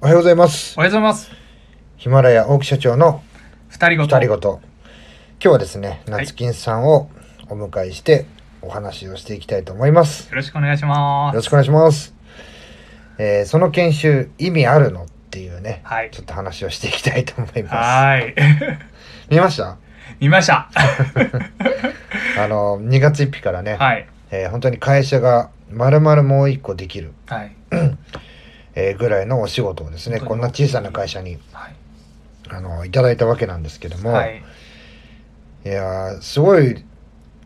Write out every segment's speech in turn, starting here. おはようございますお。はようございます。ヒマラヤ大木社長の二人ごと。二人ごと。今日はですね、はい夏金さんをお迎えしてお話をしていきたいと思います。よろしくお願いしよまろす。しくお願いします。えーその研修意味あるのっていうね、はいちょっと話をしていきたいと思いまはーい。 す。見ました見ま した。あの、2月1日からね、はい。えー本当に会社がまるまるもう一個できる、はい。えーぐらいのお仕事をですね、こんな小さな会社に、はい。あの、いただいたわけなんですけども、はい。いやーすごい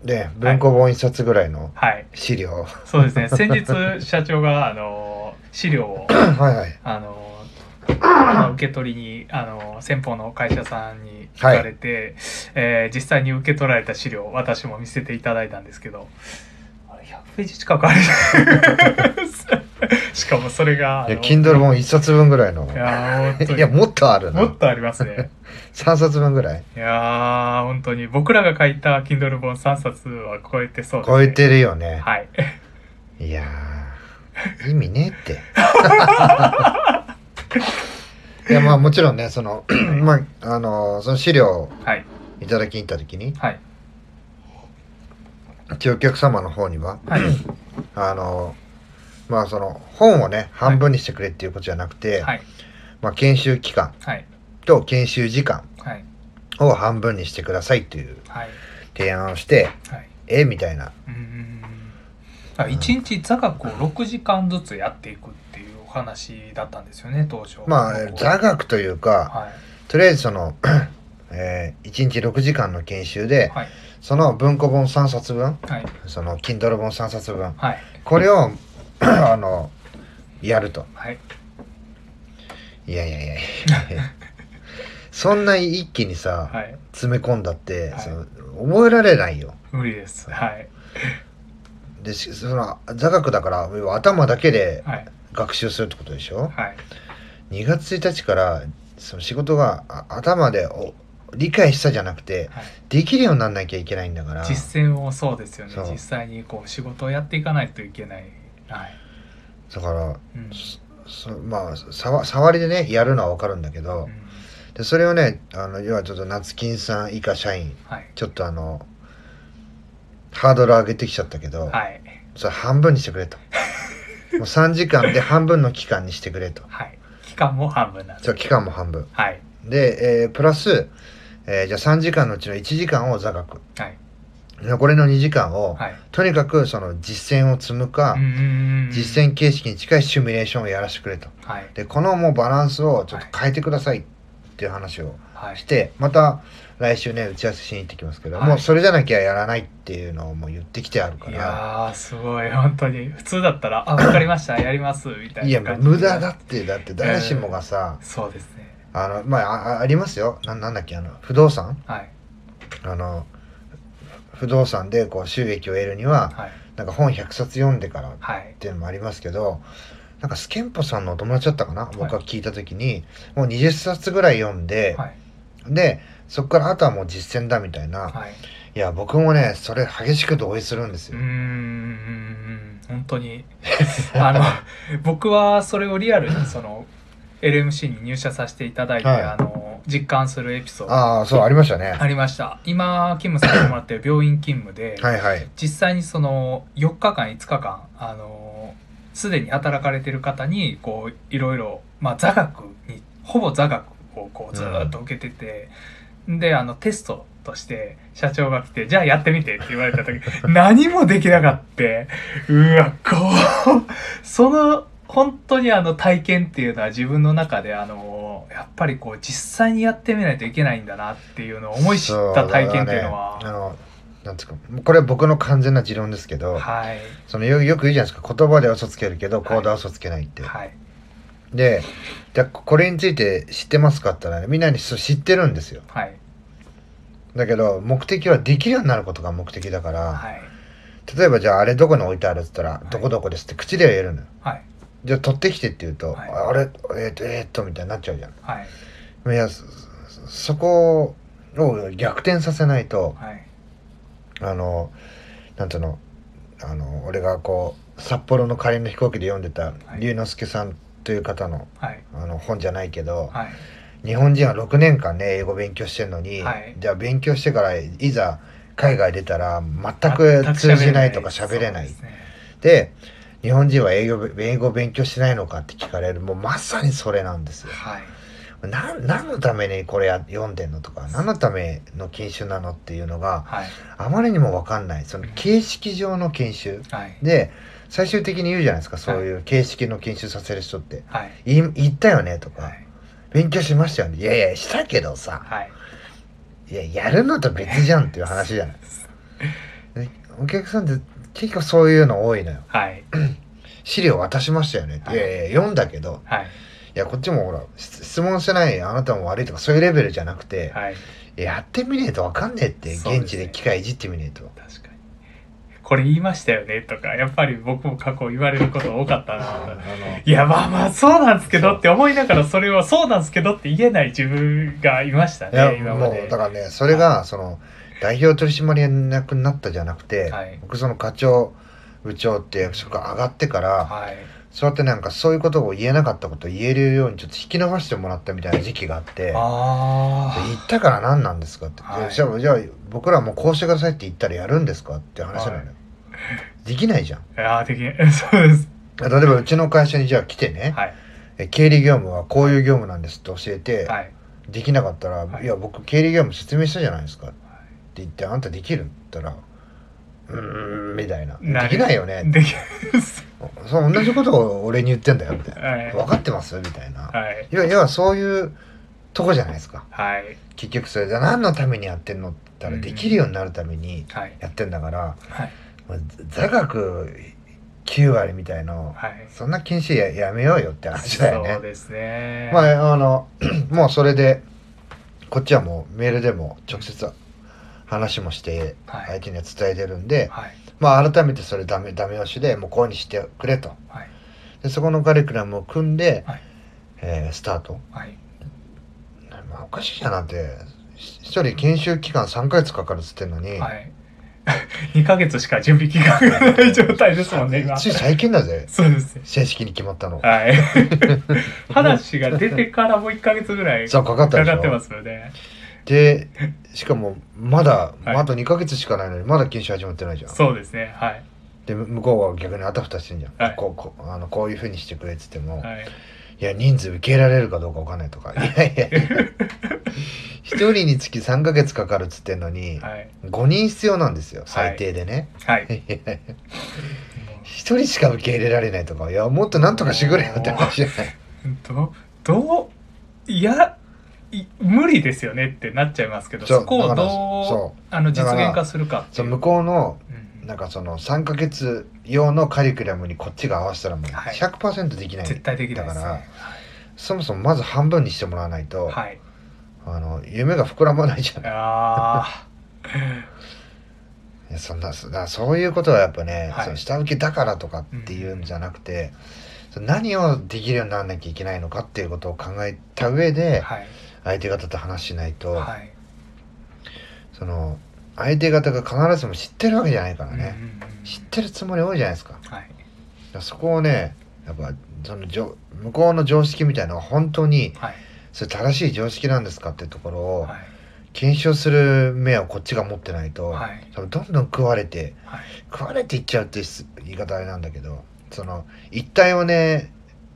ね文庫本一冊ぐらいのはい。資料 そうですね。先日、社長が、あの、資料 を、はいはいあの、あの受け取りに、あの、先方の会社さんに聞かれて、えー実際に受け取られた資料を私も見せていただいたんですけど、あれ、100ページ近く あるじ ゃんしかもそれが、あいやの Kindle 本一冊分ぐらいのいや、本当いやに。もっとあるもっなとあります ね。 3冊分ぐらいいやー、本当に僕らが書いた Kindle 本3冊は超えてそうです、ね。超えてるよね、はい。い、やー意味ねえってい やまあもちろんねそのまああのーその資料をはい。いただきに行った時にはい。一応お客様の方にははい。あのーまあその本をね半分にしてくれっていうことじゃなくて、はい。まあ、研修期間はい。と研修時間はい。を半分にしてくださいというはい。提案をしてはい。えみたいなうーん。あ一日座学を6時間ずつやっていくっていうお話だったんですよね、当初。まあ座学というかはとりあえずその、 え1日6時間の研修い。ではい。その文庫本3冊分はい。その Kindle 本3冊分はい。これを あのやるとはい。いやいやいやい やそんな一気にさ、はい。詰め込んだって、はいその覚えられないよ無理です。はい。でしその座学だから要は頭だけではい。学習するってことでしょ、はい。 2月1日からその仕事があ頭でお理解したじゃなくてはいできるようになんなきゃいけないんだから実践をそうですよねそう。実際にこう仕事をやっていかないといけない。はい。だからうん。そまあさわ触りでねやるのは分かるんだけうどんでそれをねあの要はちょっと夏金さん以下社員はい。ちょっとあのハードル上げてきちゃったけど、はい。それ半分にしてくれ ともう3時間で半分の期間にしてくれとはい。期間も半分なんです。そう期間も半分はい。で、えープラス、えーじゃあ3時間のうちの1時間を座学はい。残りの2時間を、はい。とにかくその実践を積むか、実実践形式に近いシミュレーションをやらせてくれとはい。でこのもうバランスをちょっと変えてくださいっていう話をはいし。てまた来週ね打ち合わせしに行ってきますけど、はいもうそれじゃなきゃやらないっていうのをもう言ってきてあるかいらやー、すごい。本当に。普通だったら、あ、わかりました。やります。みたいいやなもう感じ。無駄だっ。てだって誰しもがさ、そうですね。あのまああありますよななんだっけあの不動産はい。あの不動産でこう収益を得るにははい。なんか本100冊読んでからはいっ。ていうのもありますけどなんかスケンポさんのお友達だったかな、僕が聞いた時にもう20冊ぐらい読んで、はい。でそこからあとはもう実践だみたいな、はい、い。や僕もねそれ激しく同意するんですうーよ、ん。本当に。あの、僕はそれをリアルに、その、LMC に入社させていただいて、はいあの、実感するエピソードああそうありましたねありました。今、勤務させてもらってる病院勤務で、はいはい実際にその4日間5日間あのすでに働かれてる方にこういろいろ、まあ、座学にほぼ座学をこうずーっと受けてて、であのテストとして社長が来て「じゃあやってみて」って言われた時何もできなかってうわこうその本当にあの体験っていうのは自分の中であのやっぱりこう実際にやってみないといけないんだなっていうのを思い知った体験っていうのはそ。だからねあのなんつうかこれは僕の完全な持論ですけど、はいそのよよく言うじゃないですか言葉で嘘つけるけどはい行動は嘘つけないって、はいでじゃあこれについて知ってますかって言ったら、ね、みんなにそう知ってるんですよはいだけど目的はできるようになることが目的だから、はい例えばじゃああれどこに置いてあるっつったら、いどこどこですって口では言えるのよはいじゃあ取ってきてって言うと、はいああれえっ、とえっ、とみたいになっちゃうじゃはいんいやそそそこを逆転させないとはいあのなんていうのあの俺がこう札幌の帰りの飛行機で読んでたい龍之介さんという方のはいあの本じゃないけど、はい日本人は6年間ね英語勉強してるのに、はいじゃあ勉強してからいざ海外出たら全く通じないとか全く喋れないそうですねで日本人は英語英語勉強してないのかって聞かれるもうまさにそれなんですよ。はいな何のためにこれや読んでんのとか何のための研修なのっていうのがはいあまりにも分かんないその形式上の研修はいで最終的に言うじゃないですかそういう形式の研修させる人っては「いい言ったよね」とかはい「勉強しましたよね」いやいやしたけどさはいいややるのと別じゃんっていう話じゃないでお客さんって結構そういうの多いのよはい資料渡しましたよねっていやいや読んだけどはいいやこっちもほら質質問してないあなたも悪いとかそういうレベルじゃなくてはいやってみねえとわかんねえってそうですね現地で機械いじってみねえと確かにこれ言いましたよねとかやっぱり僕も過去言われること多かったあなのいやまあまあそうなんですけどって思いながらそれはそうなんですけどって言えない自分がいましたねいや今まもでうだからねそれがその代表取締役になったじゃなくて、はい僕その課長部長って役職が上がってから、はいそうやってなんかそういうことを言えなかったことを言えるようにちょっと引き伸ばしてもらったみたいな時期があってあでー言ったから何なんですかって、はいでじゃあじゃあ僕らもこうしてくださいって言ったらやるんですかって話なのよ、はできないじゃんいやーできないそうです例えばうちの会社にじゃあ来てね、はいえ経理業務はこういう業務なんですって教えて、はいできなかったら「はいい、や僕経理業務説明したじゃないですか」って言って「あんたできる?」って言ったら「うーん」みたいな「なるできないよね」できないですそう同じことを俺に言ってんだよ」み たいなは「い分かってます?」みたいなはい要は要はそういうとこじゃないですかはい結局それじゃ何のためにやってんのって言ったうらんできるようになるためにはいやってんだからはいまあ座学9割みたいのはいそんな禁止ややめようよって話だよねそう。ですねまあ、あの もうそれでこっちはもうメールでも直接話もしてはい相手には伝えてるんで、はいまあ、改めてそれダメダメ押しでもうこういうふうにしてくれとはいでそこのカリキュラムを組んで、はいえースタート、はいまあ、おかしいじゃんなんて一人研修期間3ヶ月かかるっつってんのに、はい。2ヶ月しか準備期間がない状態ですもんね、今。つい最近だぜそうですね。正式に決まったのはい。 話が出てからもう1ヶ月ぐらいそうかかったでかしかょってますよね。でしかもまだ、はいあと2ヶ月しかないのにまだ研修始まってないじゃんそうですね。はい。でむ向こうは逆にあたふたしてんじゃん、はいこうこうあのこういうふうにしてくれっつっても、はい。い、や人数受け入れられるかどうかわかんないとかいやいやいや 一人につき3ヶ月かかるっつってんのに、はい。 5人必要なんですよ最低でね、はい。いやいや一人しか受け入れられないとかいやもっとなんとかしてくれよって話じゃないど、どう、いや、い無理ですよねってなっちゃいますけど、そう そこをだからどそうあの実現化するかってそいうう。向こうのうんなんかその3ヶ月用のカリキュラムにこっちが合わせたらもうはい100%できない、絶対できないですね。だはかそもそもまず半分にしてもらわないと、いはい。あの夢が膨らまないじゃないあいやそんなそだからそういうことはやっぱね、はいその下請けだからとかっていうんじゃなくて、その何をできるようにならなきゃいけないのかっていうことを考えた上あ。ではい。相手方と話しないと、はい。その相手方が必ずしも知ってるわけじゃないからね、うんうんうん知ってるつもり多いじゃないですかだかはい。らそこをねやっぱそのじょ向こうの常識みたいなのが本当にはい。それ正しい常識なんですかってところをはい。検証する目をこっちが持ってないと、はい。多分どんどん食われてはい。食われていっちゃうって言い方あれなんだけどその一体をね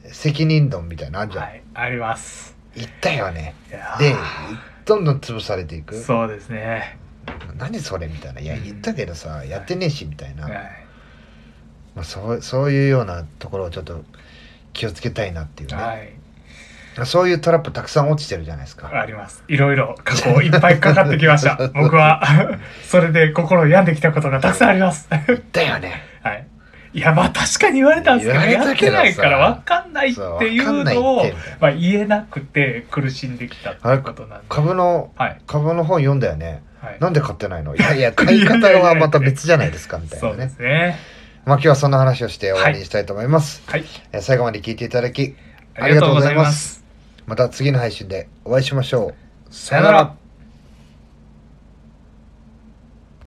責任論みたいなのあるじゃん、はい、あります。一体はねいやでーどんどん潰されていくそうですね。何それみたいないやうん言ったけどさ、やってねえしみたいな、はい。まあ、そうそういうようなところをちょっと気をつけたいなっていうね、はい。そういうトラップたくさん落ちてるじゃないですかあります。いろいろ過去いっぱいかかってき ました。僕は、それで心病んできたことがたくさんあります。はだよねい。いや、まあ確かに言われたんですけど、言われやったけてどさないからわかんないってそういわかうんないのっをてみ、たいなまあ言えなくて苦しんできたっていうことなんで。株のはい。株の本読んだよねはい。なんで買ってないのいやいや買い方はまた別じゃないですかみたいなそねうですね。まあ今日はそんな話をして終わりにしたいと思います、はい。えー最後まで聞いていただきありがとうございます。また次の配信でお会いしましょう。さよなら。